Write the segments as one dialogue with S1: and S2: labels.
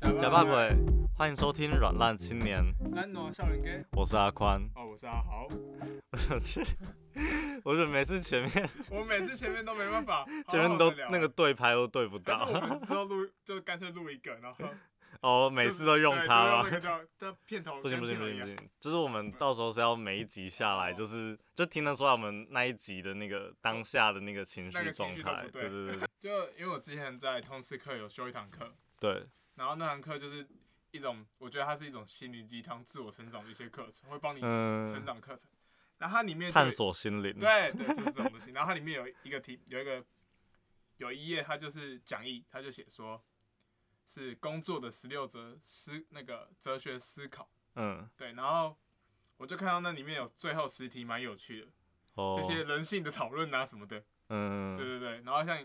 S1: 拜拜，欢迎收听《软烂青年》，
S2: 南挪少人街，
S1: 我是阿宽。
S2: 哦，我是阿豪，
S1: 我想去，我觉得每次前面
S2: 我每次前面都没办 法，
S1: 前面都
S2: 好好地聊啊
S1: 那个，对拍都对不
S2: 但是我
S1: 到，
S2: 们之后录就干脆录一个，然后
S1: 哦， 每次都用
S2: 对
S1: 它
S2: 就用那
S1: 吗？
S2: 个叫这片头
S1: 不行不
S2: 跟片
S1: 行不
S2: 头一
S1: 行不
S2: 样，
S1: 行，就是我们到时候是要每一集下来，
S2: 哦
S1: 就是就听得出来我们那一集的那个当下的那个情
S2: 那
S1: 绪
S2: 个
S1: 状
S2: 情绪
S1: 态，
S2: 都不
S1: 对
S2: 对
S1: 对对对
S2: 就因为我之前在通识课有修一堂课，
S1: 对，
S2: 然后那堂课就是一种，我觉得它是一种心灵鸡汤、自我成长的一些课程，会帮你成
S1: 嗯，
S2: 长课程。然后它里面就有
S1: 探索心灵，
S2: 对对，就是这种东西。然后它里面有一个题，有一个有一页，它就是讲义，它就写说是工作的十六则思那个哲学思考。
S1: 嗯，
S2: 对，然后我就看到那里面有最后十题蛮有趣的，
S1: 哦
S2: 这，些人性的讨论啊什么的。对
S1: 嗯
S2: 对对，然后像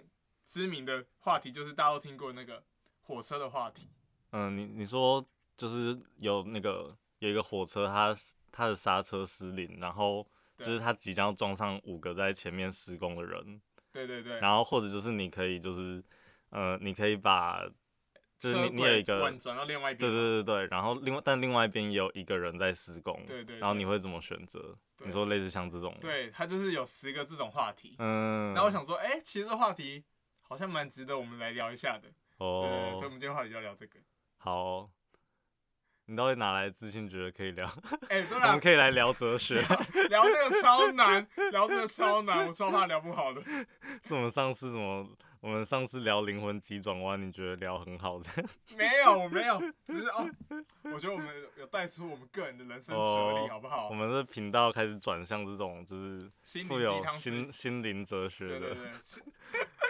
S2: 知名的话题就是大家都听过那个火车的话题。
S1: 嗯，你你说就是有那个有一个火车它，它的刹车失灵，然后就
S2: 对
S1: 是它即将要撞上五个在前面施工的人，
S2: 对对对，
S1: 然后或者就是你可以就是呃，你可以把就是
S2: 车
S1: 你你有
S2: 轨
S1: 一个
S2: 转转到另外一
S1: 对
S2: 边。
S1: 对对对，然后另外但另外一边也有一个人在施工，
S2: 对对
S1: 然后
S2: 对
S1: 你会怎么选择？你
S2: 对
S1: 说类似像这种，，
S2: 对，它就是有十个这种话题。
S1: 嗯，
S2: 然后我想说，哎、其实这话题好像蛮值得我们来聊一下的。对对对，所以我
S1: 哦，
S2: 们今天话题就要聊这个。
S1: 好哦，你到底哪来自信觉得可以聊？
S2: 哎、真
S1: 我们
S2: 的
S1: 可以来聊哲学。
S2: 聊这个超难，聊这个超难，我超怕聊不好的。
S1: 是我们上次什么？我们上次聊灵魂急转弯，你觉得聊很好的
S2: 没有，我没有，只是哦，我觉得我们有带出我们个人的人生哲
S1: 哦
S2: 理，好不
S1: 我
S2: 好？
S1: 们的频道开始转向这种就是
S2: 心
S1: 富
S2: 灵鸡
S1: 有
S2: 汤式。
S1: 心心灵哲学
S2: 对
S1: 的。
S2: 对对，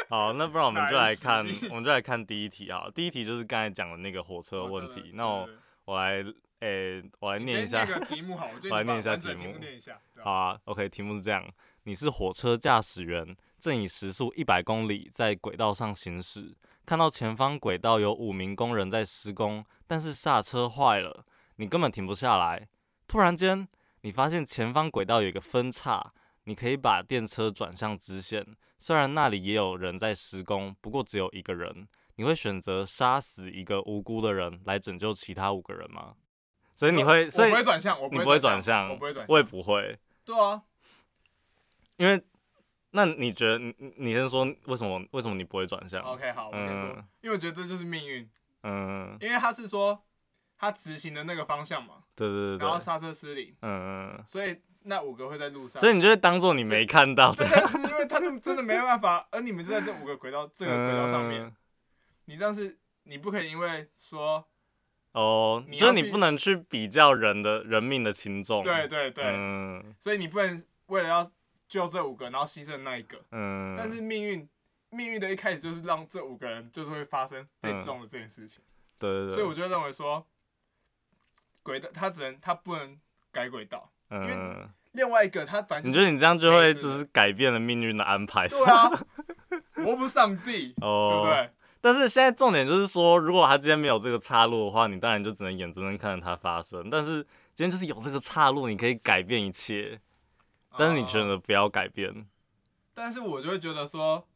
S1: 好，那不然我们就来看
S2: 哪一，集
S1: 我们就来看第一题啊。第一题就是刚才讲的那个火
S2: 哦
S1: 车的问题。那我我来，诶、我来念一下。
S2: 那个题目好，我觉得
S1: 我来
S2: 你把
S1: 念一下
S2: 完整的
S1: 题
S2: 题
S1: 目
S2: 目念一下。对吧
S1: 好啊，OK，题目是这样：你是火车驾驶员，正以时速一百公里在轨道上行驶，看到前方轨道有五名工人在施工，但是刹车坏了，你根本停不下来。突然间，你发现前方轨道有一个分叉，你可以把电车转向支线。虽然那里也有人在施工，不过只有一个人。你会选择杀死一个无辜的人来拯救其他五个人吗？所以你会，所
S2: 我
S1: 以
S2: 不会转向，我
S1: 你不会转
S2: 转
S1: 向
S2: 我不会转
S1: 我也
S2: 向。
S1: 不会。
S2: 对啊，
S1: 因为那你觉得你你你先说为什么为什么你不会转向？
S2: OK，好，我先说
S1: 嗯，
S2: 因为我觉得这就是命运，
S1: 嗯，
S2: 因为他是说他执行的那个方向嘛，
S1: 对对对
S2: 然后
S1: 对，
S2: 刹车失灵，
S1: 嗯，
S2: 所以那五个会在路上。
S1: 所以你就会当做你没看 到这
S2: 真的是因为他们真的没办法，而你们就在这五个轨道这个轨道上面，
S1: 嗯
S2: 你这样是，你不可以因为说，
S1: 哦，
S2: 你
S1: 就
S2: 要
S1: 是你
S2: 去
S1: 不能去比较人的人命的轻重。
S2: 对对对，
S1: 嗯
S2: 所以你不能为了要救这五个，然后牺牲那一个。
S1: 嗯，
S2: 但是命运，命运的一开始就是让这五个人就是会发生
S1: 嗯
S2: 被撞的这件事情，
S1: 对对对，
S2: 所以我就认为说，轨道他只能他不能改轨道，因为
S1: 嗯，
S2: 另外一个他反正
S1: 你
S2: 就是
S1: 觉得你这样就
S2: 类
S1: 会
S2: 似
S1: 就
S2: 的
S1: 是改变了命运的安排？
S2: 对啊，我又不是上帝，对不
S1: 哦，
S2: 对？
S1: 但是现在重点就是说，如果他今天没有这个岔路的话，你当然就只能眼睁睁看着它发生。但是今天就是有这个岔路，你可以改变一切，但是你选
S2: 哦
S1: 择不要改变。
S2: 但是我就会觉得说，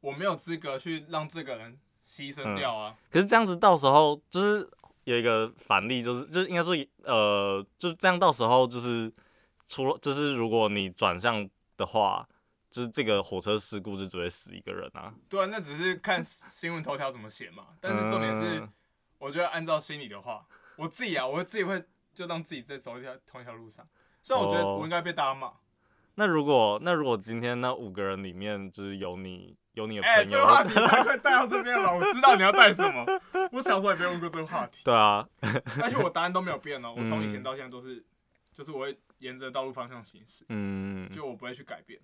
S2: 我没有资格去让这个人牺牲掉啊。
S1: 可是这样子到时候就是有一个反例，就是就是应该说呃，就是这样到时候就是除了就是如果你转向的话，就是这个火车事故就只会死一个人啊。
S2: 对啊，那只是看新闻头条怎么写嘛。但是重点是
S1: 嗯，
S2: 我觉得按照心理的话，我自己啊，我自己会就让自己在走一条同一条路上。虽然我觉得
S1: 哦
S2: 我应该被大家骂，
S1: 那如果那如果今天那五个人里面就是有你有你的
S2: 哎、
S1: 朋
S2: 这
S1: 友，
S2: 个
S1: 啊
S2: 话题太快带到这边 了，我知道你要带什么。我小时候也被问过这个话题，
S1: 对啊，
S2: 而且我答案都没有变哦，
S1: 嗯
S2: 我从以前到现在都是，就是我会沿着道路方向行驶，
S1: 嗯，
S2: 就我不会去改变。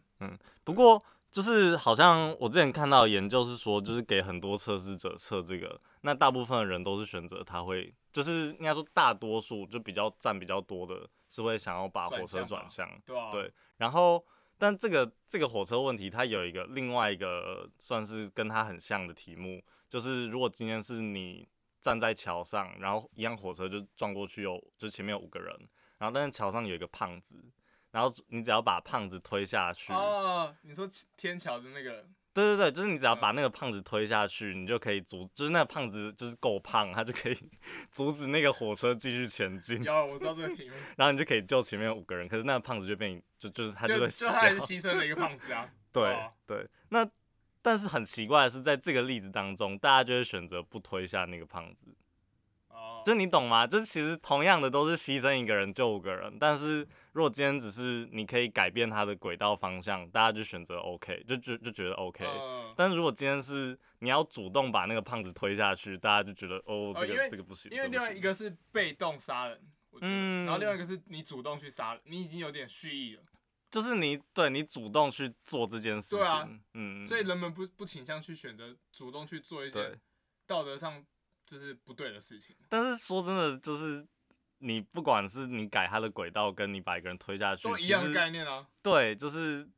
S1: 不过就是好像我之前看到的研究是说，就是给很多测试者测这个，那大部分的人都是选择他会，就是应该说大多数就比较占比较多的是会想要把火车转
S2: 转
S1: 向，
S2: 对啊，
S1: 对然后。但这个这个火车问题，它有一个另外一个算是跟它很像的题目，就是如果今天是你站在桥上，然后一辆火车就撞过去有，就前面有五个人，然后但是桥上有一个胖子，然后你只要把胖子推下去，
S2: 哦，你说天桥的那个
S1: 对对对，就是你只要
S2: 嗯
S1: 把那个胖子推下去，你就可以阻，就是那个胖子就是够胖，他就可以 阻止那个火车继续前 进，
S2: 有，我知道这个题目，
S1: 然后你就可以救前面五个人。可是那个胖子就被你就就是他就
S2: 就
S1: 会死
S2: 就
S1: 掉。
S2: 他也是牺牲了一个胖子啊。
S1: 对、
S2: 哦
S1: 对，那但是很奇怪的是，在这个例子当中，大家就会选择不推下那个胖子。
S2: 哦，
S1: 就你懂吗？就是其实同样的都是牺牲一个人救五个人，但是如果今天只是你可以改变他的轨道方向，大家就选择 OK，就觉就觉得 OK。
S2: 嗯
S1: 但是如果今天是你要主动把那个胖子推下去，大家就觉得哦，这
S2: 因
S1: 个、
S2: 为
S1: 这个不行。
S2: 因为
S1: 这
S2: 另
S1: 不
S2: 外
S1: 行
S2: 一个是被动杀人，我觉得，
S1: 嗯
S2: 然后另外一个是你主动去杀人，你已经有点蓄意了，
S1: 就是你对你主动去做这件事情，
S2: 对啊
S1: 嗯，
S2: 所以人们不不倾向去选择主动去做一
S1: 对
S2: 些。道德上就是不对的事情。
S1: 但是说真的，就是你不管是你改他的轨道，跟你把一个人推下去，
S2: 都
S1: 其
S2: 一样的
S1: 实
S2: 概念啊，
S1: 对，就是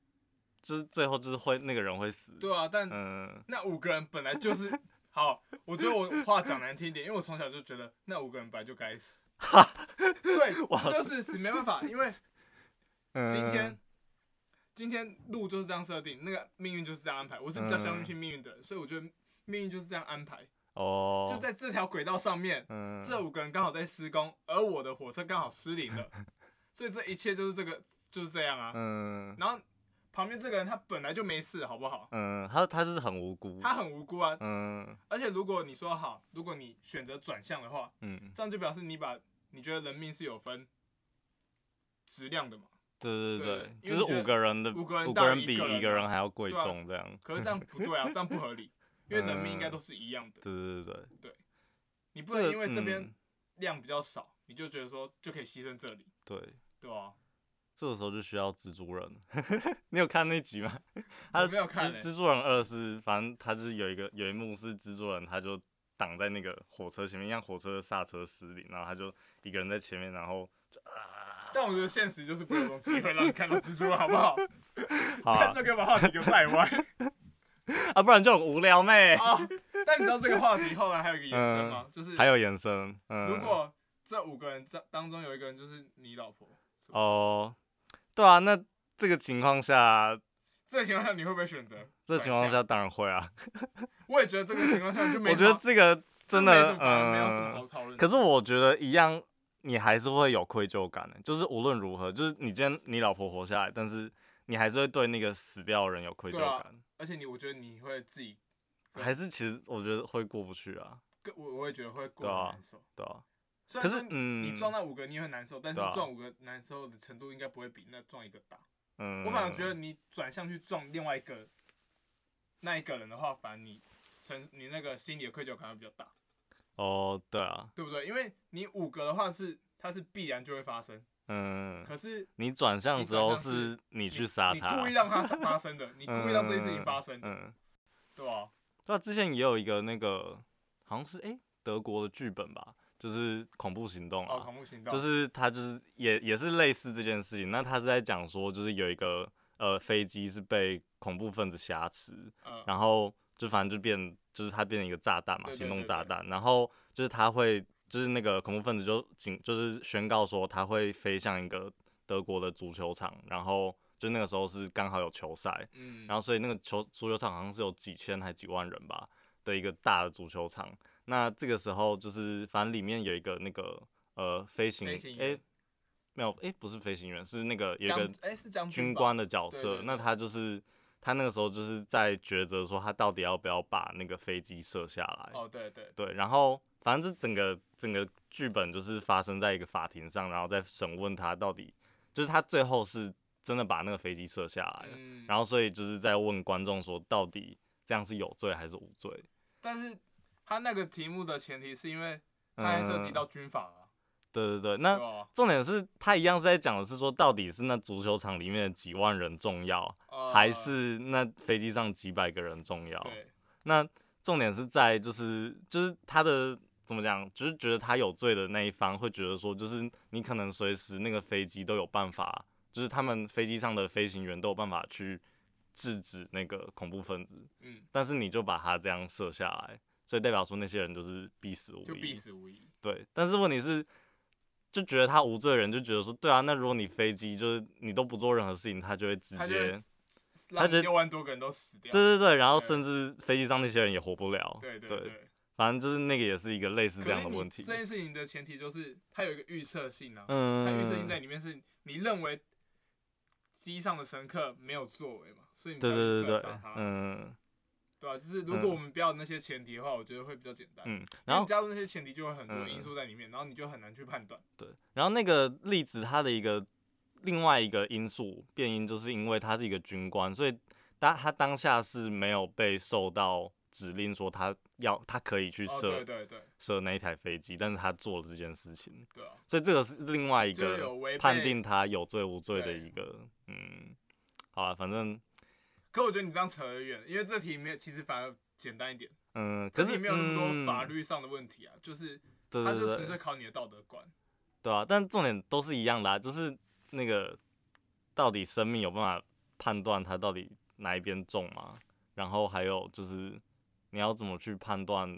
S1: 就是最后就是会那个人会死。
S2: 对啊，但
S1: 嗯，
S2: 那五个人本来就是 好，我觉得我话讲难听一点，因为我从小就觉得那五个人本来就该死，对，
S1: 哇
S2: 这就是死，没办法，因为
S1: 嗯
S2: 今天、今天路就是这样设定，那个命运就是这样安排。我是比较相信命运的人，所以我觉得命运就是这样安排，
S1: 哦，
S2: 就在这条轨道上面，
S1: 嗯，
S2: 这五个人刚好在施工，而我的火车刚好失灵 了，所以这一切就是这个就是这样啊。
S1: 嗯
S2: 然后旁边这个人他本来就没事，好不好？
S1: 嗯，他他就是很无辜，
S2: 他很无辜啊，
S1: 嗯
S2: 而且如果你说好，如果你选择转向的话，
S1: 嗯，
S2: 这样就表示你把你觉得人命是有分质量的嘛。
S1: 对对对，
S2: 对因
S1: 就
S2: 为
S1: 是
S2: 我觉得
S1: 五个人的
S2: 五个人
S1: 五
S2: 大
S1: 个
S2: 于
S1: 人
S2: 一
S1: 比
S2: 个人
S1: 一个人
S2: 啊
S1: 还要贵
S2: 对啊
S1: 重这样，
S2: 可是这样不对啊，这样不合理，因为人命应该都是一样的，
S1: 对对对对，
S2: 你不
S1: 这个
S2: 能因为这边
S1: 嗯
S2: 量比较少，你就觉得说就可以牺牲这里，
S1: 对。
S2: 对吧、
S1: 这个时候就需要蜘蛛人， 你有看那集吗？他
S2: 我没有看
S1: 蜘
S2: 欸
S1: 蜘蛛人二是，反正他就是有一个有一幕是蜘蛛人，他就挡在那个火车前面，让火车刹车失灵，然后他就一个人在前面，然后就啊，
S2: 但我觉得现实就是不会有这种机会让你看到蜘蛛了，好不好？
S1: 好
S2: 看
S1: 啊，
S2: 这个把话题给带 歪
S1: 啊不然就很无聊妹。
S2: 啊！但你知道这个话题后来还有一个延伸吗？就是
S1: 嗯还有延伸，嗯，
S2: 如果这五个人当当中有一个人就是你老婆，
S1: 哦，对啊，那这个情况下，
S2: 这个情况下你会不会选择？
S1: 这情况，下当然会啊，
S2: 我也觉得这个情况下就没
S1: 我
S2: 好，
S1: 觉得这个真
S2: 没什
S1: 的，
S2: 么好没有什么
S1: 嗯
S2: 好，讨论的。
S1: 可是我觉得一样，你还是会有愧疚感的，就是无论如何，就是你今天你老婆活下来，但是你还是会对那个死掉的人有愧疚
S2: 对啊
S1: 感，
S2: 而且你，我觉得你会自己，对啊
S1: 还是其实我觉得会过不去啊，
S2: 跟我我也觉得会过
S1: 对啊
S2: 得难受。
S1: 对啊，
S2: 虽
S1: 可
S2: 然
S1: 是
S2: 说
S1: 嗯，
S2: 你撞那五个你也会难受，但是
S1: 对啊
S2: 撞五个难受的程度应该不会比那撞一个大。
S1: 嗯，
S2: 我反而觉得你转向去撞另外一个那一个人的话，反而你承你那个心里的愧疚感会比较大，
S1: 哦，对啊，
S2: 对不对？因为你五个的话是它是必然就会发生，
S1: 嗯，
S2: 可是
S1: 你转向的时候
S2: 你转向是
S1: 是你
S2: 你
S1: 去杀
S2: 你
S1: 他，
S2: 故意让它发生的，你故意让这件事情发生的，
S1: 嗯。嗯
S2: 对吧？
S1: 对啊，之前也有一个那个，好像是诶德国的剧本吧，就是恐怖行动
S2: 哦，
S1: 啊，
S2: 恐怖行动
S1: 就是他就是也也是类似这件事情。那他是在讲说，就是有一个呃飞机是被恐怖分子挟持，
S2: 呃
S1: 然后就反正就变就是它变成一个炸弹嘛，
S2: 对对
S1: 行动
S2: 对
S1: 炸
S2: 对
S1: 弹，然后就是他会就是那个恐怖分子就警就是宣告说他会飞向一个德国的足球场，然后就那个时候是刚好有球赛，
S2: 嗯，
S1: 然后所以那个球足球场好像是有几千还几万人吧的一个大的足球场。那这个时候就是反正里面有一个那个呃飞行
S2: 飞行
S1: 诶
S2: 员
S1: 没有诶不是飞行员是那个有一
S2: 将
S1: 个
S2: 哎是将
S1: 军
S2: 吧
S1: 官的角
S2: 对
S1: 色，
S2: 对
S1: 那
S2: 对
S1: 他就是他那个时候就是在抉择说他到底要不要把那个飞机射下来。
S2: 哦，对对，
S1: 对，然后反正这整个整个剧本就是发生在一个法庭上，然后再审问他到底就是他最后是真的把那个飞机射下来了。
S2: 嗯，
S1: 然后所以就是在问观众说，到底这样是有罪还是无罪？
S2: 但是他那个题目的前提是因为他还涉及到啊
S1: 嗯
S2: 军法啊，
S1: 对对对，
S2: 对
S1: 那
S2: 吧？
S1: 重点是他一样是在讲的是说，到底是那足球场里面的几万人重要，
S2: 呃
S1: 还是哦那飞机上几百个人重要？
S2: 对，
S1: 那重点是在就是就是他的怎么讲，就是觉得他有罪的那一方会觉得说，就是你可能随时那个飞机都有办法，就是他们飞机上的飞行员都有办法去制止那个恐怖分子，
S2: 嗯，
S1: 但是你就把他这样射下来，所以代表说那些人就是必死无疑，
S2: 就必死无疑。
S1: 对，但是问题是，就觉得他无罪的人就觉得说，对啊，那如果你飞机就是你都不做任何事情，他就会直
S2: 他就会
S1: 接
S2: 死
S1: 他
S2: 让
S1: 觉得
S2: 六万多个人都死掉。
S1: 对对对，然后
S2: 对
S1: 甚至飞机上那些人也活不了。
S2: 对对
S1: 对
S2: 对，
S1: 反正就是那个也是一个类似
S2: 可
S1: 这样的
S2: 你
S1: 问题。
S2: 这件事情的前提就是它有一个预测性啊，它预测性
S1: 嗯，
S2: 在里面是你认为机上的乘客没有作为嘛，所以你才
S1: 对
S2: 会
S1: 对对
S2: 射
S1: 对
S2: 伤，他
S1: 嗯
S2: 对啊，就是如果
S1: 嗯
S2: 我们不要那些前提的话，我觉得会比较简单。
S1: 嗯，
S2: 然
S1: 然
S2: 后
S1: 后
S2: 加入那些前提就会很多
S1: 嗯
S2: 因素在里面，然后你就很难去判断。
S1: 对，然后那个例子它的一个另外一个因素变因，就是因为他是一个军官，所以当他当下是没有被受到指令说他要他可以去
S2: 哦，
S1: 射、
S2: 对对对
S1: 射那一台飞机，但是他做了这件事情，
S2: 对啊，
S1: 所以这个是另外一
S2: 就是有
S1: 个
S2: 违背
S1: 判定。他有罪无罪的
S2: 对
S1: 一个嗯，好了，反正
S2: 可我觉得你这样扯得远，因为这题没有，其实反而简单一点，
S1: 嗯，
S2: 这
S1: 可
S2: 题
S1: 是
S2: 没有那么多法，
S1: 嗯
S2: 律上的问题啊，就是
S1: 对
S2: 它
S1: 对
S2: 就
S1: 对
S2: 纯粹
S1: 对，
S2: 考你的道德观。
S1: 对啊，但重点都是一样的、啊，就是那个到底生命有办法判断它到底哪一边重吗？然后还有就是你要怎么去判断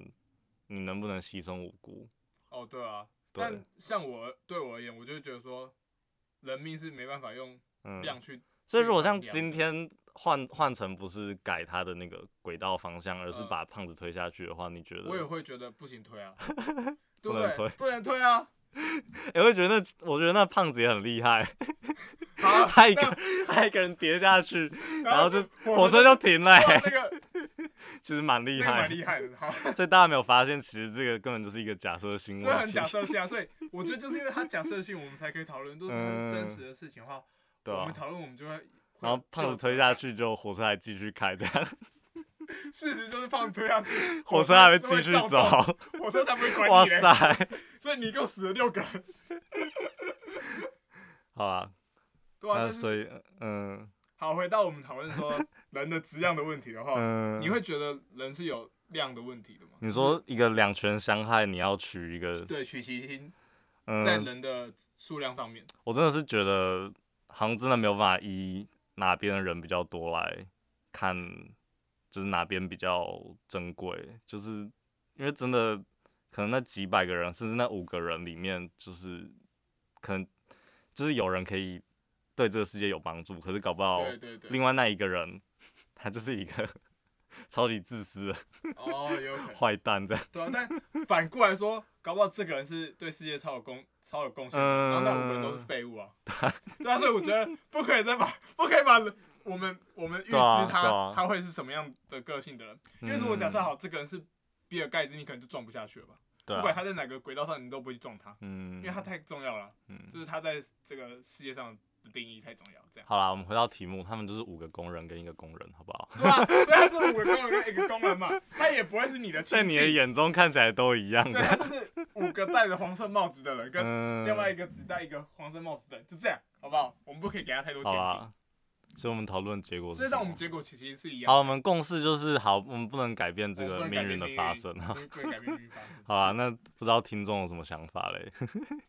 S1: 你能不能牺牲无辜？
S2: 哦，对啊，
S1: 对
S2: 但像我对我而言，我就觉得说，人命是没办法用
S1: 嗯，
S2: 量去，
S1: 所以
S2: 去
S1: 如果
S2: 衡
S1: 像
S2: 量
S1: 今
S2: 的
S1: 天换换成不是改他的那个轨道方向，而是
S2: 嗯
S1: 把胖子推下去的话，你觉得？
S2: 我也会觉得不行 推啊，对不
S1: 不能
S2: 对？
S1: 推
S2: 不能推啊！
S1: 欸我也觉得那我觉得那胖子也很厉害，
S2: 好，啊
S1: 他一个他一个人跌下去， 然后就火车
S2: 就
S1: 就停了、欸，
S2: 那个
S1: 其实蛮
S2: 那
S1: 厉
S2: 个蛮
S1: 害。
S2: 厉害 的，好。
S1: 所以大家没有发现，其实这个根本就是一个假设性
S2: 这
S1: 问
S2: 很
S1: 题，
S2: 假设性啊，所以我觉得就是因为它假设性，我们才可以讨论。如果它是真实的事情的话，
S1: 嗯对
S2: 我
S1: 吧、
S2: 们讨论我们就会。会
S1: 然后胖子推下，去，就火车还继续开， 这样
S2: 事实就是胖子推下去，
S1: 火车还
S2: 会
S1: 会继续
S2: 躁
S1: 走。
S2: 动，火车才不会管
S1: 哇
S2: 你嘞。
S1: 塞，
S2: 所以你一共死了六个，
S1: 好啊，
S2: 对啊，
S1: 那
S2: 但是
S1: 所以嗯
S2: 好，回到我们讨论 说人的质量的问题的话，
S1: 嗯，
S2: 哦你会觉得人是有量的问题的吗？
S1: 你说一个两全相害，你要取一个
S2: 对，取其心在
S1: 嗯，
S2: 人的数量上面，
S1: 我真的是觉得好像真的没有办法依哪边的人比较多来看，就是哪边比较珍贵，就是因为真的可能那几百个人，甚至那五个人里面，就是可能就是有人可以对这个世界有帮助，可是搞不好
S2: 对对对，
S1: 另外那一个人，他就是一个 超级自私的
S2: 哦，有可能，
S1: 坏蛋这样。
S2: 对啊，但反过来说，搞不好这个人是对世界超有贡超有贡献的，
S1: 嗯
S2: 然后那五个人都是废 物啊。对啊，所以我觉得不可以再把 不可以把人我们我们预知
S1: 对啊
S2: 他、
S1: 对啊嗯
S2: 他会是什么样的个性的人，因为如果假设好这个人是比尔盖茨，你可能就撞不下去了吧？
S1: 对
S2: 不管
S1: 啊，
S2: 他在哪个轨道上，你都不会去撞他，
S1: 嗯，
S2: 因为他太重要了，
S1: 嗯
S2: 就是他在这个世界上的定义太重要，这样。
S1: 好啦，我们回到题目，他们就是五个工人跟一个工人，好不好？
S2: 对啊，所以他是五个工人跟一个工人嘛，他也不会是你的亲
S1: 在
S2: 戚。
S1: 你的眼中看起来都一样
S2: 对，
S1: 的。
S2: 他就是五个戴着黄色帽子的人跟
S1: 嗯，
S2: 另外一个只戴一个黄色帽子的，就这样，好不好？我们不可以给他太多前
S1: 好
S2: 提，
S1: 啦，所以我们讨论结果
S2: 所
S1: 是
S2: 以
S1: 什
S2: 让我们
S1: 么。
S2: 结果其实是一样
S1: 好，我们共识就是好，我们不能改变
S2: 的，
S1: 这
S2: 我
S1: 个
S2: 们不能
S1: 命
S2: 改变
S1: 运的发生
S2: 我
S1: 啊。
S2: 们不能改变命运发生。
S1: 好啦，那不知道听众有什么想法嘞？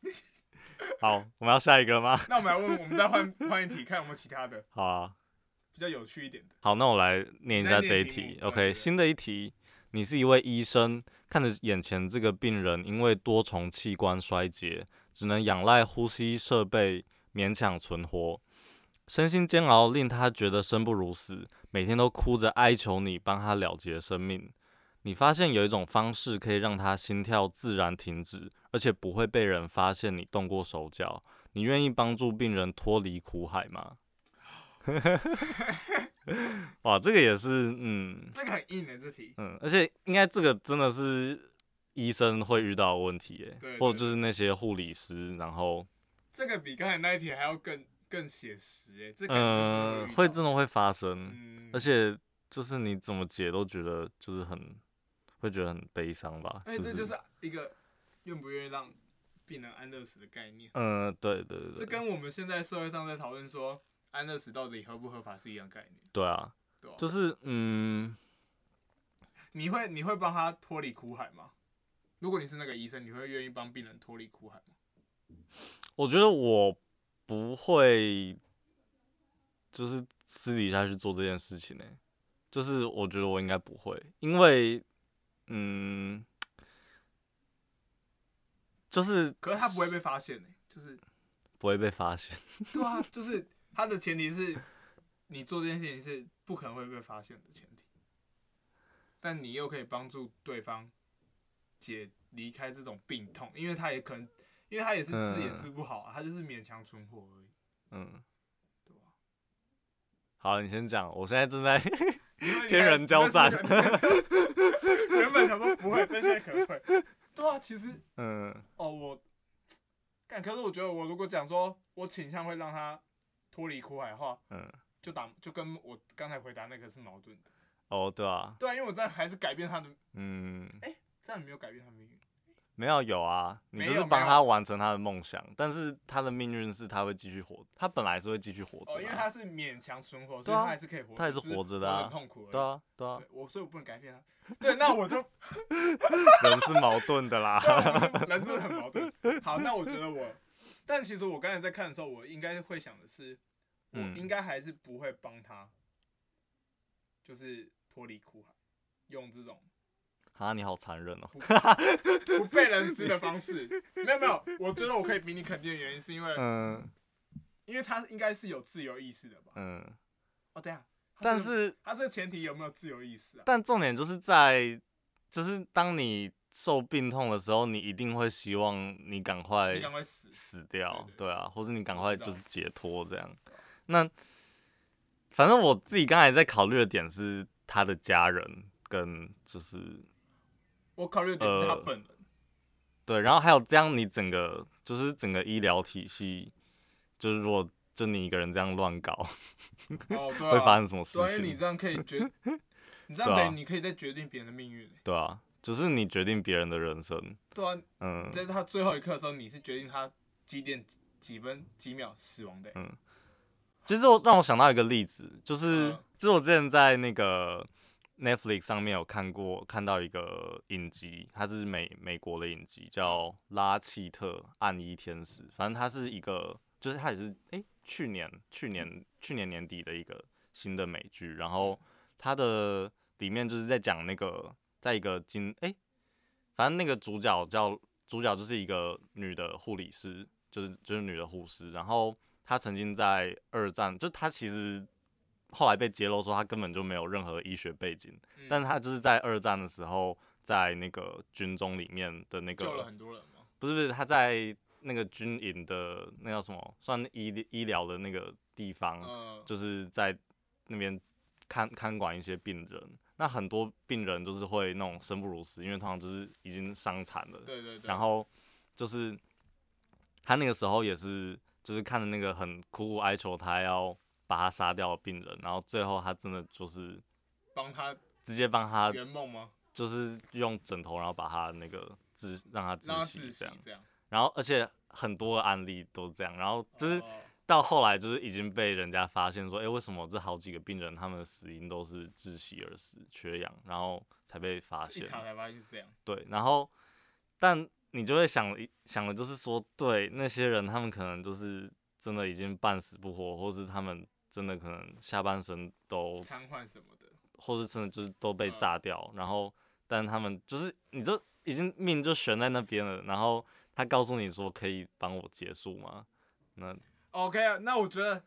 S1: 好，我们要下一个了吗？
S2: 那我们来问，我们再换 换一题，看有没有其他的
S1: 好啊，
S2: 比较有趣一点的。
S1: 好，那我来念一
S2: 你
S1: 下
S2: 再
S1: 这一
S2: 念题目
S1: 题。
S2: 对
S1: OK，
S2: 对
S1: 新的一题，你是一位医生，看着眼前这个病人因为多重器官衰竭，只能仰赖呼吸设备勉强存活，身心煎熬令他觉得生不如死，每天都哭着哀求你帮他了结生命。你发现有一种方式可以让他心跳自然停止，而且不会被人发现你动过手脚。你愿意帮助病人脱离苦海吗？哇，这个也是，嗯
S2: 这个很硬的这题，
S1: 嗯，而且应该这个真的是医生会遇到的问题耶，
S2: 对
S1: 或
S2: 对
S1: 者就是那些护理师，然后
S2: 这个比刚才那一题还要更更写实哎、这感觉
S1: 嗯，
S2: 真的
S1: 会
S2: 遇到
S1: 真的会发生。
S2: 嗯，
S1: 而且就是你怎么解都觉得就是很会觉得很悲伤吧。
S2: 而且哎这就
S1: 就
S2: 是一个愿不愿意让病人安乐死的概念。
S1: 嗯、对对对
S2: 这
S1: 对，
S2: 跟我们现在社会上在讨论说安乐死到底合不合法是一样概念，
S1: 对啊，
S2: 对吧、
S1: 就是嗯，
S2: 你会你会帮他脱离苦海吗？如果你是那个医生，你会愿意帮病人脱离苦海吗？
S1: 我觉得我不会就是私底下去做这件事情呢、就是我觉得我应该不会，因为嗯，就是
S2: 可是他不会被欸发现呢、就是
S1: 不会被发现。
S2: 对啊，就是他的前提是你做这件事情是不可能会被发现的前提，但你又可以帮助对方解离开这种病痛，因为他也可能，因为他也是治也治不好、啊，他就是勉强存活而已，
S1: 嗯，
S2: 对吧？
S1: 好，你先讲，我现在正在
S2: 因为
S1: 天人交战
S2: 你看你看你看原本想说不会，但现在可能会。 对啊，其实
S1: 嗯
S2: 哦，我，但可是我觉得我如果讲说我倾向会让他脱离苦海的话，
S1: 嗯，
S2: 就打就跟我刚才回答那个是矛盾的。
S1: 哦对啊，
S2: 对啊，因为我这样还是改变他的，
S1: 嗯，
S2: 这样没有改变他的命运。
S1: 没有有啊，你
S2: 没
S1: 就
S2: 有
S1: 是
S2: 没
S1: 帮
S2: 有
S1: 他完成他的梦想，但是他的命运是他会继续活，他本来是会继续活着、
S2: 哦，因为
S1: 啊
S2: 他是勉强存活，所
S1: 对
S2: 以
S1: 啊
S2: 他还是可以活着，
S1: 他还是
S2: 只
S1: 活着的啊
S2: 很痛苦而已。
S1: 对啊对 啊
S2: 对，，我所以我不能改变他。对，那我就
S1: 人是矛盾的
S2: 啊
S1: 啦，
S2: 人真的很矛盾。 好，那我觉得我，但其实我刚才在看的时候，我应该会想的是，我
S1: 嗯
S2: 应该还是不会帮他，就是脱离苦海，用这种
S1: 啊你好残忍哦，
S2: 不被人知的方式。没有没有，我觉得我可以比你肯定的原因是因为，
S1: 嗯
S2: 因为他应该是有自由意识的吧？
S1: 嗯，
S2: 哦，对啊，他
S1: 但
S2: 这个
S1: 是
S2: 他这个前提有没有自由意识啊？
S1: 但重点就是在，就是当你受病痛的时候，你一定会希望你赶快
S2: 你赶快死。
S1: 死掉，
S2: 对对
S1: 对啊，或者你赶快
S2: 知
S1: 就是
S2: 道
S1: 解脱这样。那反正我自己刚才在考虑的点是他的家人跟就是
S2: 我考虑的点是他
S1: 呃
S2: 本人，
S1: 对，然后还有这样你整个就是整个医疗体系，就是如果就你一个人这样乱搞，
S2: 哦，对啊，
S1: 会发生什么事
S2: 对啊，因为你
S1: 情？
S2: 这样可以 决，你这样
S1: 对啊
S2: 等于你可以再决定别人的命运欸、
S1: 对啊，就是你决定别人的人生，
S2: 对啊，
S1: 嗯，
S2: 在他最后一刻的时候，你是决定他几点几分几秒死亡
S1: 嗯
S2: 的欸、
S1: 其实我让我想到一个例子，就是、
S2: 嗯
S1: 就是我之前在那个 Netflix 上面有看过看到一个影集，它是美美国的影集，叫《拉契特暗衣天使》，反正它是一个，就是它也是诶、去年去年去年年底的一个新的美剧，然后它的里面就是在讲那个在一个金诶、反正那个主角叫主角就是一个女的护理师，就是就是女的护士，然后她曾经在二战，就她其实后来被揭露说她根本就没有任何医学背景，
S2: 嗯
S1: 但是她就是在二战的时候在那个军中里面的那
S2: 救了
S1: 个
S2: 很多人嘛。
S1: 不是不是她在那个军营的那叫什么算医医疗的那个地方，
S2: 嗯，
S1: 就是在那边看看管一些病人。那很多病人就是会那种生不如死，因为通常就是已经伤残了。
S2: 对对对。
S1: 然后就是他那个时候也是，就是看着那个很苦苦哀求他要把他杀掉的病人，然后最后他真的就是
S2: 帮他
S1: 直接帮他，
S2: 圆梦吗？
S1: 就是用枕头，然后把他那个窒让他
S2: 让
S1: 窒
S2: 他
S1: 息
S2: 窒息
S1: 这样。
S2: 这样。
S1: 然后而且很多的案例都这样，然后就是
S2: 哦
S1: 到后来就是已经被人家发现说，哎、为什么这好几个病人他们的死因都是窒息而死、缺氧，然后才被发
S2: 一
S1: 现。
S2: 查才发现是这样。
S1: 对，然后但你就会想一想的就是说，对那些人，他们可能就是真的已经半死不活，或是他们真的可能下半身都，
S2: 瘫痪什么的，
S1: 或是真的就是都被
S2: 嗯
S1: 炸掉，然后但他们就是你就已经命就悬在那边了，然后他告诉你说可以帮我结束吗？那
S2: OK，啊那我觉得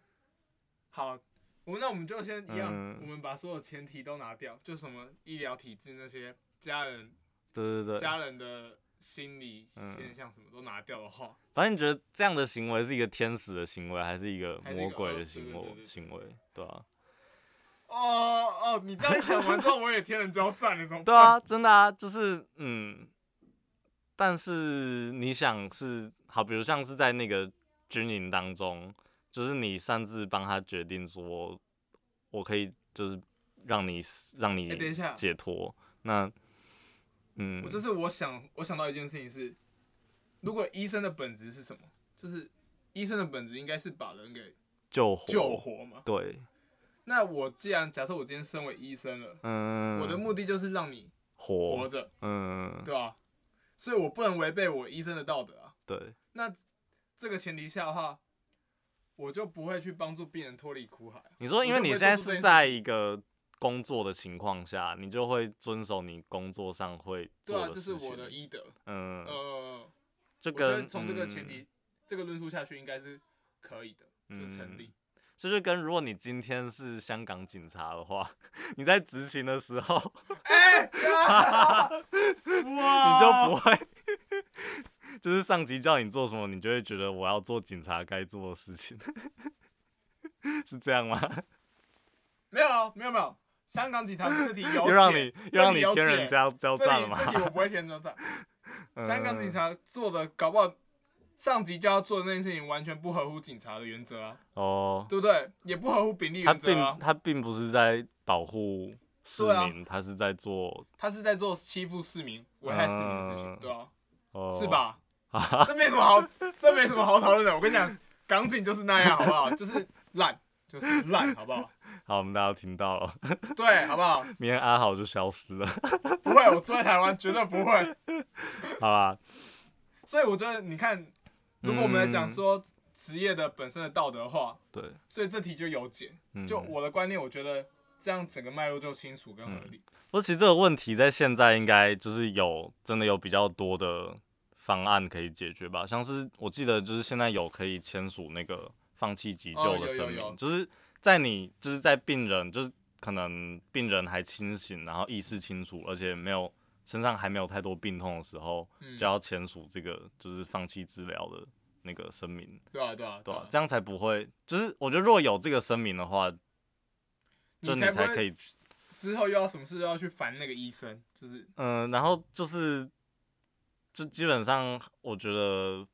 S2: 好，我那我们就先一样，
S1: 嗯
S2: 我们把所有前提都拿掉，就什么医疗体制那些家人
S1: 对对对，
S2: 家人的心理
S1: 嗯
S2: 现象什么都拿掉的话，
S1: 反正你觉得这样的行为是一个天使的行为，还是一个
S2: 还是一
S1: 魔
S2: 个
S1: 鬼
S2: 恶
S1: 的
S2: 对
S1: 行
S2: 对对
S1: 为
S2: 对
S1: 行为？对啊，嗯
S2: 哦哦，你这样一讲完之后，我也天人交战了，怎么办？
S1: 对啊，真的啊，就是嗯，但是你想是好，比如像是在那个军营当中，就是你擅自帮他决定说，我可以就是让你死让你
S2: 哎等一下
S1: 解脱，那嗯
S2: 我，就是我想，我想到一件事情是，如果医生的本质是什么？就是医生的本质应该是把人给
S1: 救活
S2: 救活嘛。
S1: 对，
S2: 那我既然假设我今天身为医生了，
S1: 嗯，
S2: 我的目的就是让你活
S1: 活，
S2: 着，
S1: 嗯，
S2: 对吧、所以我不能违背我医生的道德啊。
S1: 对，
S2: 那这个前提下的话，我就不会去帮助病人脱离苦海啊。
S1: 你说，因
S2: 我就
S1: 为
S2: 不
S1: 你
S2: 会
S1: 现在
S2: 做出这件
S1: 是在一个工作的情况下，你就会遵守你工作上会
S2: 对
S1: 做
S2: 啊，
S1: 的
S2: 这
S1: 事
S2: 是
S1: 情。
S2: 我的医德。
S1: 嗯，
S2: 呃，
S1: 就
S2: 我觉
S1: 跟
S2: 得从这个前
S1: 嗯
S2: 提、这个论述下去，应该是可以的，就是成立。
S1: 这就跟如果你今天是香港警察的话，你在执行的时候，
S2: 哎、呀
S1: 你就
S2: 哇，
S1: 不会， 就是上级叫你做什么，你就会觉得我要做警察该做的事情， 是这样吗？
S2: 没有啊没有没有，香港警察这题有
S1: 又让
S2: 解
S1: 你又让
S2: 这
S1: 你
S2: 里有
S1: 天人
S2: 解
S1: 交交
S2: 这
S1: 战了
S2: 里这里
S1: 吗？
S2: 我不会填中战。香港警
S1: 嗯
S2: 察做的搞不好上级就要做的那件事情完全不合乎警察的原则啊，
S1: 哦，
S2: 对不对？也不合乎比例
S1: 他
S2: 原则啊
S1: 并，他并不是在保护市
S2: 对啊
S1: 民，他是在做
S2: 他是在做欺负市民、危害市民的事情，
S1: 嗯
S2: 对啊，
S1: 哦，
S2: 是？吧？ 这没什么好，这没什么好讨论的。我跟你讲，港警就是那样，好不 好？就是烂，就是烂，好不好？
S1: 好，我们大家都听到了，
S2: 对，好不好？
S1: 明天阿豪就消失了。
S2: 不会，我住在台湾绝对不会。
S1: 好啦，
S2: 所以我觉得，你看， 如果我们来讲说职业的本身的道德化，
S1: 嗯对，
S2: 所以这题就有解。
S1: 嗯，
S2: 就我的观念，我觉得这样整个脉络就清楚跟合理。
S1: 不过其实这个问题在现在应该就是有真的有比较多的方案可以解决吧，像是我记得就是现在有可以签署那个放弃急
S2: 哦
S1: 救
S2: 有
S1: 的
S2: 有
S1: 声明，
S2: 有
S1: 就是在你就是在病人就是可能病人还清醒，然后意识清楚，而且没有身上还没有太多病痛的时候，
S2: 嗯，
S1: 就要签署这个就是放弃治疗的那个声明，
S2: 对啊，对啊，
S1: 对吧、
S2: 啊，
S1: 这样才不会，就是我觉得如果有这个声明的话，就
S2: 你
S1: 你
S2: 才不
S1: 才
S2: 会
S1: 可以
S2: 之后又要什么事又要去烦那个医生，就是
S1: 嗯，然后就是，就基本上我觉得，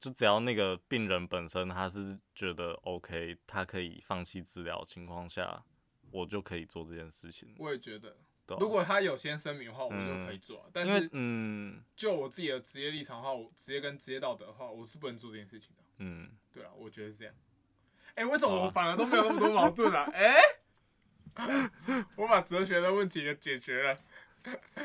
S1: 就只要那个病人本身他是觉得 OK，他可以放弃治疗的情况下，我就可以做这件事情。
S2: 我也觉得，
S1: 对啊
S2: 如果他有先声明的话，我就可以做啊。但
S1: 因为
S2: 是
S1: 嗯
S2: 就我自己的职业立场的话，我职业跟职业道德的话，我是不能做这件事情的。
S1: 嗯，
S2: 对啊，我觉得是这样。哎、为什么
S1: 好啊
S2: 我反而都没有那么多矛盾啊？哎、 我把哲学的问题给解决了，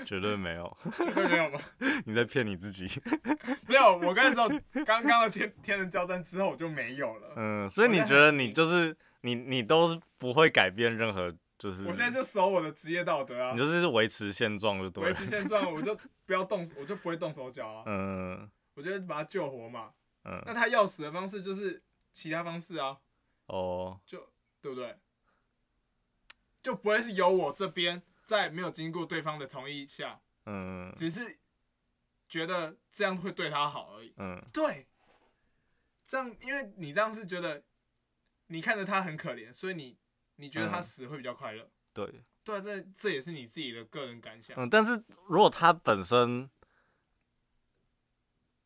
S1: 绝对没有，
S2: 绝对没有吧？
S1: 你在骗你自己。
S2: 没有，我刚才说刚刚的天天人交战之后，我就没有了。
S1: 嗯，所以你
S2: 我现在
S1: 觉得你就是你，你都是不会改变任何，就是
S2: 我现在就守我的职业道德啊
S1: 嗯你，就是维持现状就对
S2: 维
S1: 了。
S2: 持现状，我就不要动，我就不会动手脚啊，
S1: 嗯
S2: 我就把他救活嘛。那
S1: 嗯
S2: 他要死的方式就是其他方式啊，
S1: 哦，
S2: 就对不对？就不会是由我这边在没有经过对方的同意下，
S1: 嗯
S2: 只是觉得这样会对他好而已。
S1: 嗯
S2: 对，这样因为你这样是觉得你看着他很可怜，所以你你觉得他
S1: 嗯
S2: 死会比较快乐。
S1: 对。
S2: 对啊，这这也是你自己的个人感想。
S1: 嗯，但是如果他本身，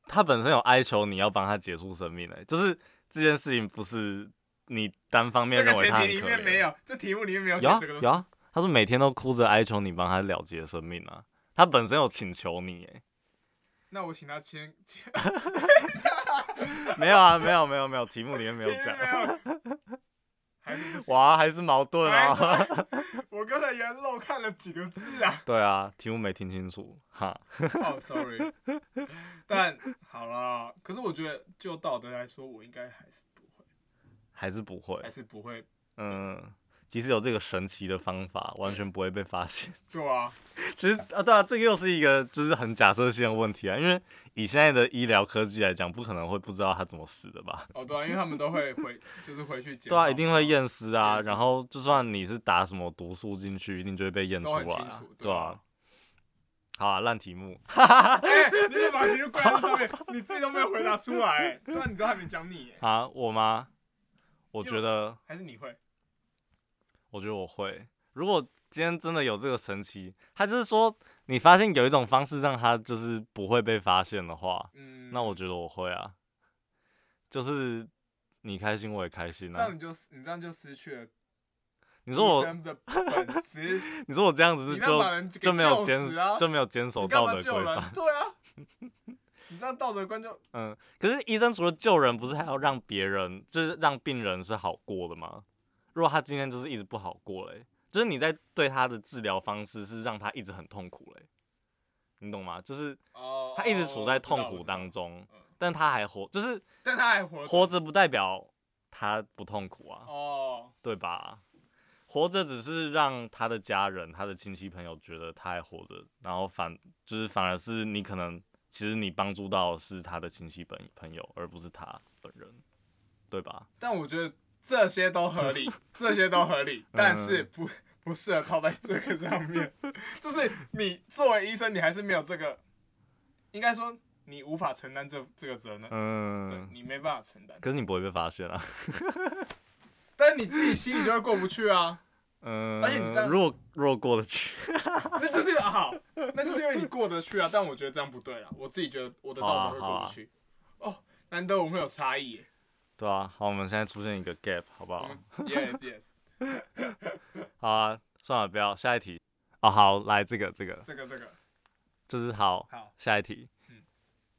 S1: 他本身有哀求你要帮他结束生命、欸，就是这件事情不是你单方面
S2: 这
S1: 认
S2: 个
S1: 为
S2: 前
S1: 他
S2: 提
S1: 很
S2: 里
S1: 可
S2: 面没
S1: 怜。
S2: 有，这题目里面没有写
S1: 有啊
S2: 这个东
S1: 有
S2: 西。
S1: 啊，他说每天都哭着哀求你帮他了结生命啊，他本身有请求你、欸，
S2: 那我请他签，签
S1: 没有啊，没有没有没有，题目里面没有
S2: 里面
S1: 讲。
S2: 没有，啊 还是不行。
S1: 哇，还是矛盾啊！
S2: 哎 我刚才原漏看了几个字啊。
S1: 对啊，题目没听清楚哈。
S2: 哦、s o r r y 但好啦，可是我觉得就道德来说，我应该还是不会，
S1: 还是不会
S2: 还。是不会。
S1: 嗯，即使有这个神奇的方法，完
S2: 对
S1: 全不会被发现。
S2: 对啊，
S1: 其实啊，对啊，这个又是一个就是很假设性的问题啊，因为以现在的医疗科技来讲，不可能会不知道他怎么死的吧？
S2: 哦对啊，因为他们都会回，就是回去检
S1: 对
S2: 讨
S1: 啊，一定会验尸啊，
S2: 验尸
S1: 然后就算你是打什么毒素进去，一定就会被验出
S2: 都很
S1: 来、
S2: 清
S1: 啊
S2: 楚，，
S1: 对啊
S2: 啊。。
S1: 好啊，烂题目，
S2: 哎、你怎么把题就怪在上面，你自己都没有回答出来、对啊，你都还没讲你、哎
S1: 啊，我吗？我觉得，
S2: 还是你会？
S1: 我觉得我会。如果今天真的有这个神奇，他就是说你发现有一种方式让他就是不会被发现的话，
S2: 嗯，
S1: 那我觉得我会啊，就是你开心我也开心
S2: 这
S1: 啊
S2: 样。你就你这样就失去了
S1: 你
S2: 医
S1: 说我
S2: 生的本 质，
S1: 你说我这样子
S2: 你
S1: 是
S2: 这样
S1: 就
S2: 把人给
S1: 就没有
S2: 救
S1: 坚
S2: 死啊，
S1: 就没有坚守
S2: 你干
S1: 道
S2: 嘛
S1: 德
S2: 救
S1: 规
S2: 人
S1: 范，
S2: 对啊，你这样道德观就
S1: 嗯。可是医生除了救人，不是还要让别人，就是让病人是好过的吗？如果他今天就是一直不好过嘞、就是你在对他的治疗方式是让他一直很痛苦嘞、你懂吗？就是
S2: 哦，
S1: 他一直
S2: 哦
S1: 处在痛苦当，
S2: 我知道我知道
S1: 中
S2: 嗯，
S1: 但他还活，就是
S2: 但他还活着
S1: 活着不代表他不痛苦啊，
S2: 哦，
S1: 对吧？活着只是让他的家人、他的亲戚朋友觉得他还活着，然后反就是反而是你可能其实你帮助到的是他的亲戚朋朋友，而不是他本人，对吧？
S2: 但我觉得这些都合 理，这些都合
S1: 嗯
S2: 理，但是不不适合套在这个上面。 就是你作为医生，你还是没有这个，应该说你无法承担这这个责任，对
S1: 嗯，
S2: 你没办法承担。
S1: 可是你不会被发现 啊。
S2: 但是你自己心里就会过不去啊，
S1: 嗯，
S2: 而且你这样
S1: 如果如果过得去，
S2: 那就是啊好，那就是因为你过得去啊。但我觉得这样不对啦，我自己觉得我的道德会
S1: 啊
S2: 过不去。哦，难得我们有差异耶嗯
S1: 对啊。好，我们现在出现一个 gap，好不
S2: 我
S1: 好
S2: 们？，yes yes，
S1: 好啊，算了，不要下一题。哦，好，来这个这个，
S2: 这个这个
S1: 就是好，
S2: 好，
S1: 下一题
S2: 嗯，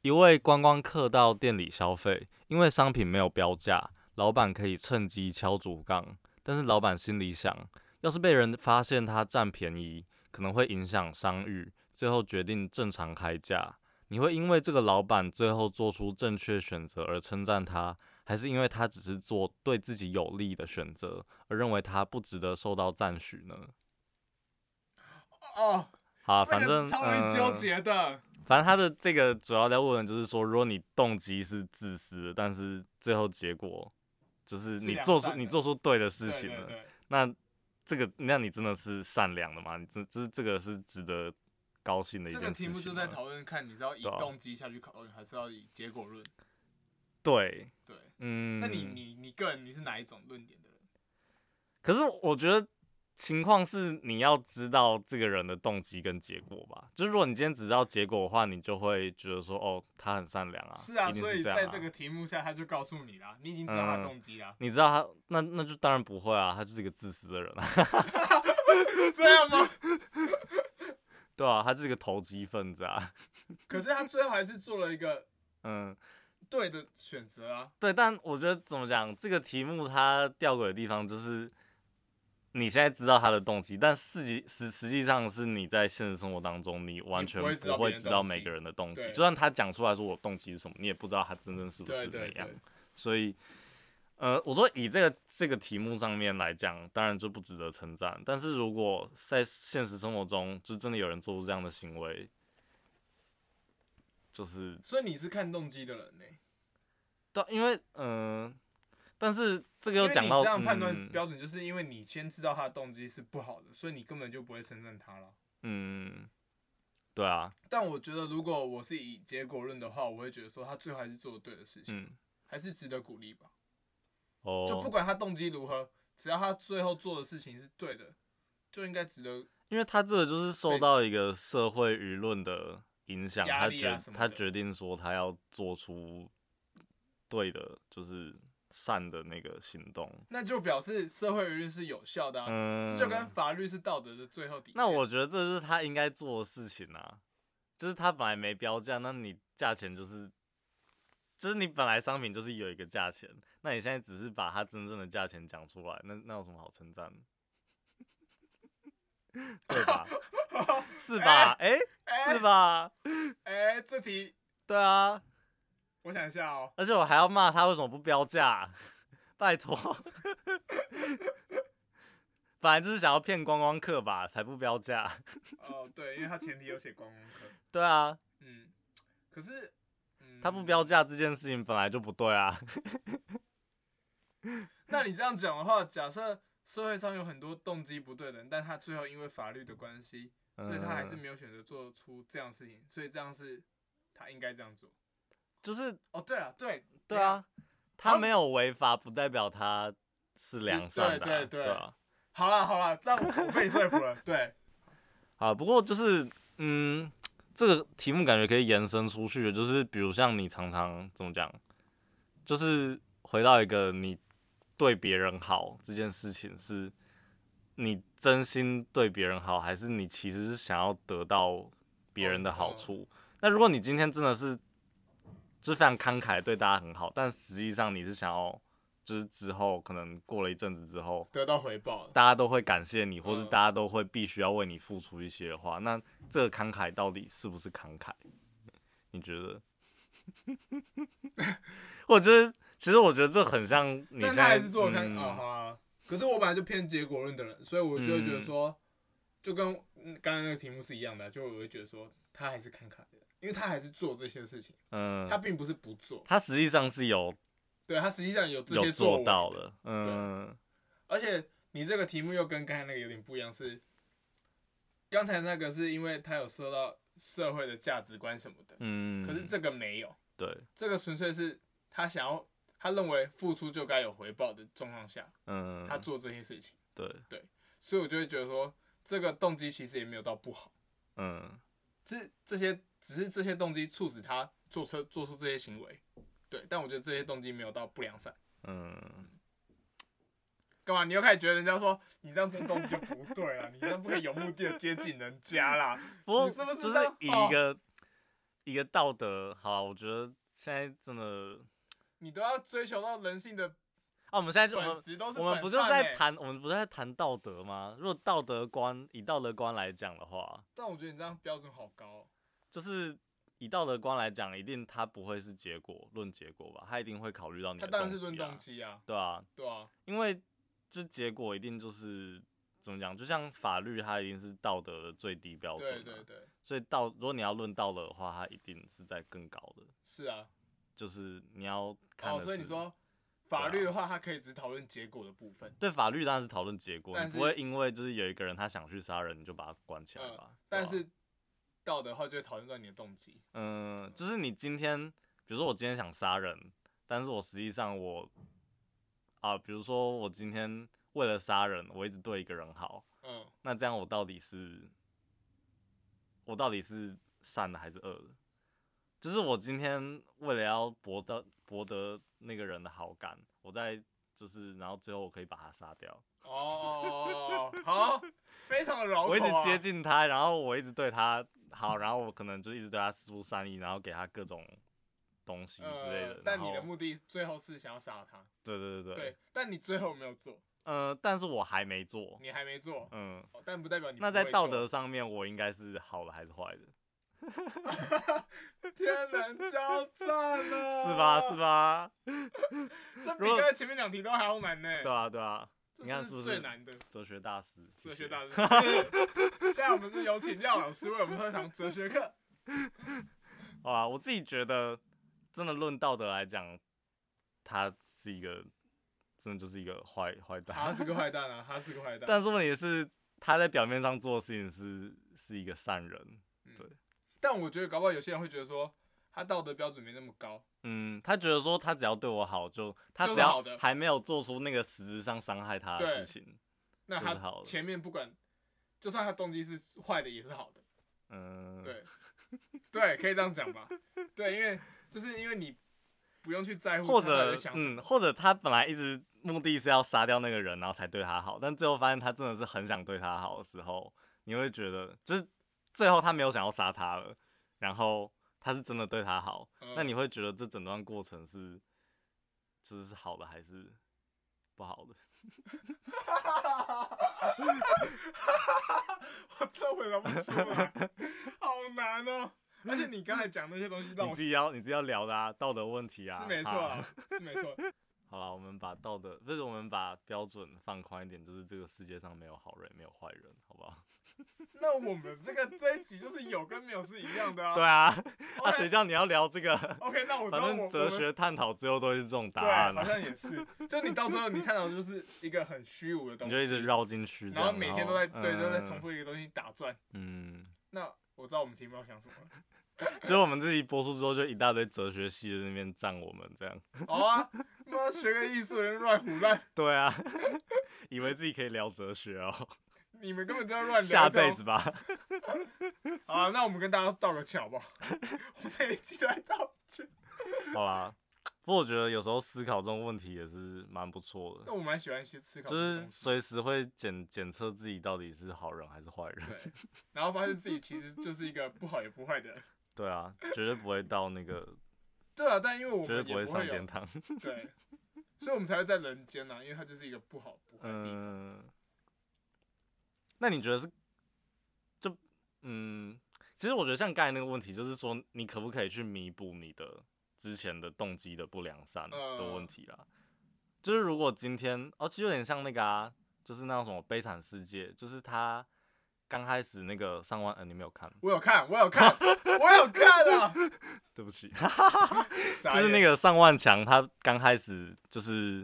S1: 一位观光客到店里消费，因为商品没有标价，老板可以趁机敲竹杠。但是老板心里想，要是被人发现他占便宜，可能会影响商誉，最后决定正常开价。你会因为这个老板最后做出正确选择而称赞他，还是因为他只是做对自己有利的选择，而认为他不值得受到赞许呢？
S2: 哦，
S1: 好啊，
S2: 这
S1: 反
S2: 个
S1: 正
S2: 是超容易纠
S1: 嗯
S2: 结的。
S1: 反正他的这个主要在问的就是说，如果你动机是自私的，但是最后结果就是
S2: 是
S1: 你
S2: 良
S1: 做
S2: 善
S1: 出你
S2: 的
S1: 做出对的事情
S2: 对对
S1: 了，
S2: 对
S1: 那这个那你真的是善良的吗？你这就是这个是值得高兴的一
S2: 这
S1: 件
S2: 个
S1: 事
S2: 题
S1: 情吗。
S2: 目就在讨论看你是要以
S1: 对啊
S2: 动机下去考论，还是要以结果论。
S1: 对，
S2: 对，
S1: 嗯，
S2: 那你你你个人你是哪一种论点的人？
S1: 可是我觉得情况是你要知道这个人的动机跟结果吧。就是如果你今天只知道结果的话，你就会觉得说，哦，他很善良啊，
S2: 是啊，
S1: 一定
S2: 所以
S1: 是这样、
S2: 在
S1: 啊。嗯
S2: 这个题目下，他就告诉你啦，你已经知道他的动机啦，
S1: 你知道他那那就当然不会啊，他就是一个自私的人啊，
S2: 这样吗？
S1: 对啊，他就是一个投机分子啊，
S2: 可是他最后还是做了一个
S1: 嗯，
S2: 对的选择啊。
S1: 对，但我觉得怎么讲，这个题目它吊诡的地方就是，你现在知道他的动机，但实际实实际上是你在现实生活当中，你完全
S2: 不会知道
S1: 不会
S2: 别人
S1: 知道
S2: 动
S1: 每
S2: 机
S1: 个人的动机，
S2: 对
S1: 就算他讲出来说我动机是什么，你也不知道他真正是不
S2: 对
S1: 是那
S2: 对
S1: 样
S2: 对，，
S1: 所以。呃，我说以这个这个题目上面来讲，当然就不值得称赞。但是如果在现实生活中，就真的有人做出这样的行为，就是
S2: 所以你是看动机的人呢、
S1: 对，啊因为嗯、呃但是这个又
S2: 因为
S1: 讲到
S2: 你这样判
S1: 嗯
S2: 断标准，就是因为你先知道他的动机是不好的，所以你根本就不会称赞他了。
S1: 嗯，对啊，
S2: 但我觉得，如果我是以结果论的话，我会觉得说他最后还是做了对的事情，
S1: 嗯，
S2: 还是值得鼓励吧。就不
S1: 哦，
S2: 管他动机如何，只要他最后做的事情是对的，就应该值得。
S1: 因为他这个就是受
S2: 被
S1: 到一个社会舆论的影响，
S2: 压
S1: 他
S2: 力啊
S1: 决
S2: 什么
S1: 他
S2: 的
S1: 决定说他要做出对的，就是善的那个行动。
S2: 那就表示社会舆论是有效的啊，
S1: 嗯，
S2: 这就跟法律是道德的最后底线。
S1: 那我觉得这就是他应该做的事情啊，就是他本来没标价，那你价钱就是，就是你本来商品就是有一个价钱，那你现在只是把它真正的价钱讲出来，那那有什么好称赞的？ 对吧？是吧？哎、
S2: 哎
S1: 是吧？
S2: 哎、这题
S1: 对啊，
S2: 我想一下哦，
S1: 而且我还要骂他为什么不标价， 拜托， 本来就是想要骗观光客吧，才不标价。
S2: 哦对，因为他前提有写观光客，
S1: 对啊，
S2: 嗯，可是、嗯、
S1: 他不标。价这件事情本来就不对啊。
S2: 那你这样讲的话，假设社会上有很多动机不对的人，但他最后因为法律的关系，所以他还是
S1: 嗯
S2: 没有选择做出这样的事情，所以这样是他应该这样做。
S1: 就是
S2: 哦，对了，对，
S1: 对啊，他
S2: 好
S1: 没有违法，不代表他是良善的啊、
S2: 对对对
S1: 啊。
S2: 好啦好啦，这样我我被你说服了。 对，
S1: 好，不过就是嗯，这个题目感觉可以延伸出去，就是比如像你常常怎么讲，就是回到一个你对别人好这件事情是。你真心对别人好，还是你其实是想要得到别人的好
S2: 嗯嗯
S1: 处？那如果你今天真的是，就是非常慷慨，对大家很好，但实际上你是想要，就是之后可能过了一阵子之后，
S2: 得到回报了。
S1: 大家都会感谢你，或是
S2: 嗯
S1: 大家都会必须要为你付出一些的话，那这个慷慨到底是不是慷慨？ 你觉得？ 我觉得，其实我觉得这很像你
S2: 但
S1: 现
S2: 他
S1: 在
S2: 还是做看
S1: 嗯
S2: 啊、好啦。可是我本来就偏结果论的人，所以我就会觉
S1: 嗯
S2: 得说，就跟嗯刚刚那个题目是一样的，啊就我会觉得说他还是看看的，因为他还是做这些事情，
S1: 嗯，
S2: 他并不是不做。
S1: 他实际上是有
S2: 对他实际上有这
S1: 有
S2: 些
S1: 做
S2: 为
S1: 到了，嗯，
S2: 而且你这个题目又跟刚才那个有点不一样，是刚才那个是因为他有受到社会的价值观什么的，
S1: 嗯，
S2: 可是这个没有，
S1: 对，
S2: 这个纯粹是他想要，他认为付出就该有回报的状况下，
S1: 嗯，
S2: 他做这些事情，
S1: 对，
S2: 所以我就会觉得说，这个动机其实也没有到不好，
S1: 嗯，
S2: 这这些只是这些动机促使他做车做出这些行为，对，但我觉得这些动机没有到不良善。
S1: 嗯，
S2: 干嘛？你又开始觉得人家说你这样做动机就不对了，你这样不可以有目的的接近人家啦。
S1: 不过
S2: 你是不是
S1: 就是
S2: 这样
S1: 以
S2: 哦
S1: 一个、一个道德，好啊，我觉得现在真的
S2: 你都要追求到人性的
S1: 啊，我们现在就我
S2: 本
S1: 们
S2: 质都是
S1: 我们
S2: 本
S1: 不就是
S2: 善
S1: 在
S2: 欸？
S1: 谈我们不是在谈道德吗？如果道德观以道德观来讲的话，
S2: 但我觉得你这样标准好高、哦。
S1: 就是。以道德观来讲，一定它不会是结果论结果吧？它一定会考虑到你
S2: 他
S1: 的
S2: 当然
S1: 动机、
S2: 是
S1: 啊，
S2: 论动机啊，
S1: 对啊，
S2: 对啊，
S1: 因为就结果一定就是怎么讲，就像法律它一定是道德的最低标准、啊，
S2: 对对对，
S1: 所以道如果你要论道德的话，它一定是在更高的，
S2: 是啊。
S1: 就是你要看
S2: 哦，
S1: 的是、啊
S2: 所以你说法律的话，它可以只讨论结果的部分，
S1: 对法律当然是讨论结果，
S2: 但
S1: 你
S2: 是呃
S1: 不会因为就是有一个人他想去杀人，你就把他关起来吧。对啊
S2: 但
S1: 吧
S2: 是道德的话就会讨论到你的动机。
S1: 嗯，就是你今天，比如说我今天想杀人，但是我实际上我啊，比如说我今天为了杀人，我一直对一个人好，
S2: 嗯，
S1: 那这样我到底是，我到底是善的还是恶的？就是我今天为了要博得博得那个人的好感，我在就是，然后最后我可以把他杀掉。
S2: 哦，好，非常的绕口、啊。
S1: 我一直接近他，然后我一直对他 好，然后我可能就一直对他施出善意，然后给他各种东西之类的。
S2: 呃。但你
S1: 然
S2: 的
S1: 后
S2: 目的最后是想要杀他，
S1: 对对对
S2: 对，但你最后没有做，
S1: 呃，但是我还没做，
S2: 你还没做，
S1: 嗯，
S2: 哦但不代表你
S1: 那
S2: 不
S1: 在
S2: 会
S1: 道
S2: 做
S1: 德上面，我应该是好的还是坏的？
S2: 天人 交战了，
S1: 是吧？是？吧？
S2: 这比
S1: 如果
S2: 刚才前面两题都还要难呢、
S1: 对啊，对啊，
S2: 这
S1: 你看是不是
S2: 最难的
S1: 哲学大师，谢
S2: 哲
S1: 谢
S2: 学大师？是现在我们是有请廖老师为我们上堂哲学课。
S1: 好啦，我自己觉得，真的论道德来讲，他是一个，真的就是一个坏坏
S2: 他
S1: 蛋。
S2: 是个坏蛋啊，他是个坏蛋。
S1: 但是问题是，他在表面上做的事情是是一个善人，
S2: 但我觉得搞不好有些人会觉得说，他道德标准没那么高，
S1: 嗯，他觉得说他只要对我好就，他
S2: 就
S1: 只
S2: 是好
S1: 要
S2: 的
S1: 还没有做出那个实质上伤害他
S2: 对
S1: 的事情，
S2: 那
S1: 这是好
S2: 他
S1: 的
S2: 前面不管，就算他动机是坏的也是好的。
S1: 嗯，
S2: 对，对，可以这样讲吧。对，因为就是因为你不用去在乎
S1: 或
S2: 他到底
S1: 者
S2: 在想什
S1: 嗯，
S2: 么，
S1: 或者他本来一直目的是要杀掉那个人，然后才对他好，但最后发现他真的是很想对他好的时候，你会觉得就是最后他没有想要杀他了，然后他是真的对他好，
S2: 嗯
S1: 那你会觉得这整段过程是就是是好的还是不好的？
S2: 我真的回答不出来，好难哦。而且你刚才讲那些东西让
S1: 你
S2: 我
S1: 自己要你自己要聊的啊，道德问题啊，
S2: 是没错
S1: 啊
S2: 啊，是没错。
S1: 好了，我们把道德不是我们把标准放宽一点，就是这个世界上没有好人，也没有坏人，好不好？
S2: 那我们这个这一集就是有跟没有是一样的啊。
S1: 对啊，那
S2: OK
S1: 谁叫你要聊这个？
S2: OK，那我知
S1: 反
S2: 道我
S1: 正哲
S2: 我们
S1: 学探讨最后都是这种答
S2: 对，
S1: 案、
S2: 好
S1: 啊，
S2: 像也是。就你到最后你看到的就是一个很虚无的东
S1: 你
S2: 西，
S1: 就一直绕进去这
S2: 然
S1: 样，嗯
S2: 后每天都在对都在重
S1: 复。
S2: 复一个东西打转。
S1: 嗯，
S2: 那我知道我们题目要想什么了。
S1: 就是我们自己播出之后，就一大堆哲学系的那边赞我们这样。
S2: 好啊，妈学个艺术人乱胡乱。
S1: 对啊， 以为自己可以聊哲 学哦，
S2: 你们根本就在乱聊。
S1: 下辈子吧。
S2: 好啊，那我们跟大家道个歉好不 好？我们也记得道歉。
S1: 好啦，不过我觉得有时候思考这种问题也是蛮不错
S2: 那
S1: 的，
S2: 我蛮喜欢去思考
S1: 就
S2: 这个
S1: 是
S2: 东西，
S1: 随时会检检测自己到底是好人还是坏人。
S2: 对，然后发现自己其实就是一个不好也不坏的人。
S1: 对啊，绝对不会到那个，
S2: 对啊，但因为我
S1: 绝
S2: 们
S1: 对
S2: 也
S1: 不
S2: 会
S1: 会上
S2: 有
S1: 天堂。
S2: 对，所以我们才会在人间啊呐、因为它就是一个不好不坏的地方。
S1: 嗯，那你觉得是就嗯，其实我觉得像刚才那个问题，就是说你可不可以去弥补你的之前的动机的不良善的问
S2: 嗯
S1: 题啦？就是如果今天，哦，其实有点像那个啊，就是那种什么《悲惨世界》，就是他刚开始那个上万，呃，你没有看？
S2: 我有看，我有看，我有看 啊！
S1: 对不起，
S2: 就
S1: 就是那个上万强，他刚开始就是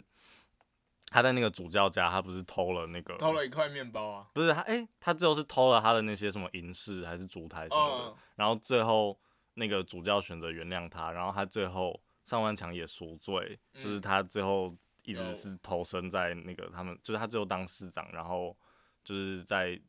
S1: 他在那个主教家，他不是偷了那个
S2: 偷了一块面包啊，
S1: 不是他，哎、他最后是偷了他的那些什么银饰还是烛台什么的，
S2: 嗯
S1: 然后最后那个主教选择原谅他，然后他最后上万强也赎罪，就是
S2: 嗯
S1: 他最后一直
S2: 有
S1: 是投身在那个他们，就是他最后当市长，然后就是在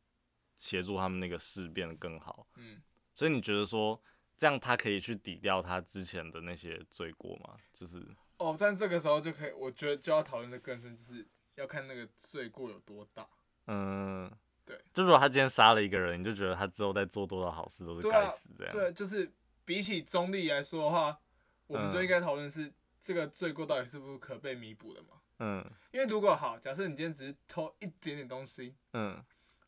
S1: 协助他们那个事变得更好。
S2: 嗯，
S1: 所以你觉得说这样他可以去抵掉他之前的那些罪过吗？就是
S2: 哦，但这个时候就可以，我觉得就要讨论的更深，就是要看那个罪过有多大。
S1: 嗯。
S2: 对，
S1: 就如果他今天杀了一个人，你就觉得他之后再做多少好事都是
S2: 对啊
S1: 该死这样。
S2: 对，就是比起中立来说的话，我们
S1: 嗯
S2: 就应该讨论是这个罪过到底是不是可被弥补的嘛？
S1: 嗯
S2: 因为如果好，假设你今天只是偷一点点东西，
S1: 嗯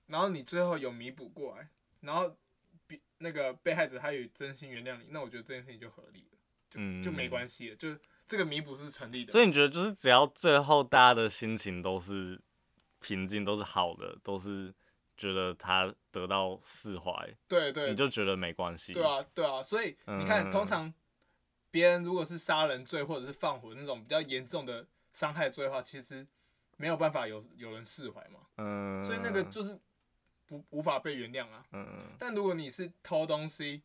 S2: 然后你最后有弥补过来，然后比那个被害者他有真心原谅你，那我觉得这件事情就合理了，
S1: 嗯，
S2: 就没关
S1: 系。
S2: 系了，就这个弥补是成立的。
S1: 所以你觉得就是只要最后大家的心情都是平静，都是好的，都是觉得他得到释怀，
S2: 对对
S1: 你就觉得没关系。
S2: 对啊对啊，所以你看，
S1: 嗯
S2: 通常别人如果是杀人罪或者是放火那种比较严重的伤害罪的话，其实没有办法有有人释怀嘛，
S1: 嗯，
S2: 所以那个就是不无法被原谅啊。
S1: 嗯
S2: 但如果你是偷东西，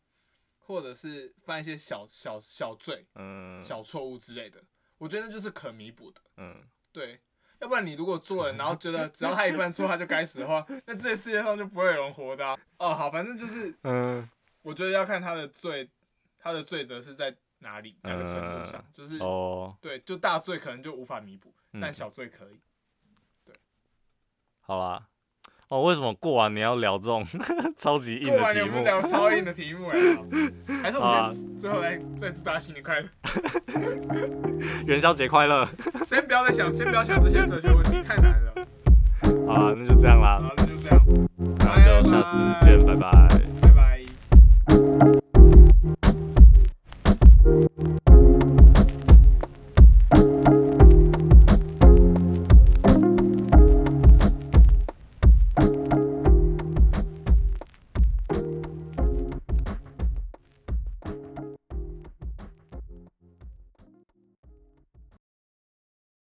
S2: 或者是犯一些小小小罪、
S1: 嗯
S2: 小错误之类的，我觉得那就是可弥补的。
S1: 嗯，
S2: 对，要不然你如果做了，然后觉 得只要他一犯错他就该死的话，那这世界上就不会有人活的啊、哦，好，反正就是
S1: 嗯
S2: 我觉得要看他的罪，他的罪责是在哪里哪个程度上，就是、
S1: 哦，
S2: 对，就大罪可能就无法弥补，
S1: 嗯
S2: 但小罪可以。
S1: 好啦。哦，为什么过完年要聊这种 超级硬
S2: 过
S1: 的
S2: 完
S1: 题
S2: 年我们
S1: 目？
S2: 聊超硬的题 目哎、还是我
S1: 啊
S2: 们先最后来再祝大家新年快乐。
S1: 元宵节快乐！
S2: 先不要再想，先不要想这些哲学问题，太难了。
S1: 好啦，那就这样啦，
S2: 好，那就这样，
S1: 那就下次见，拜拜。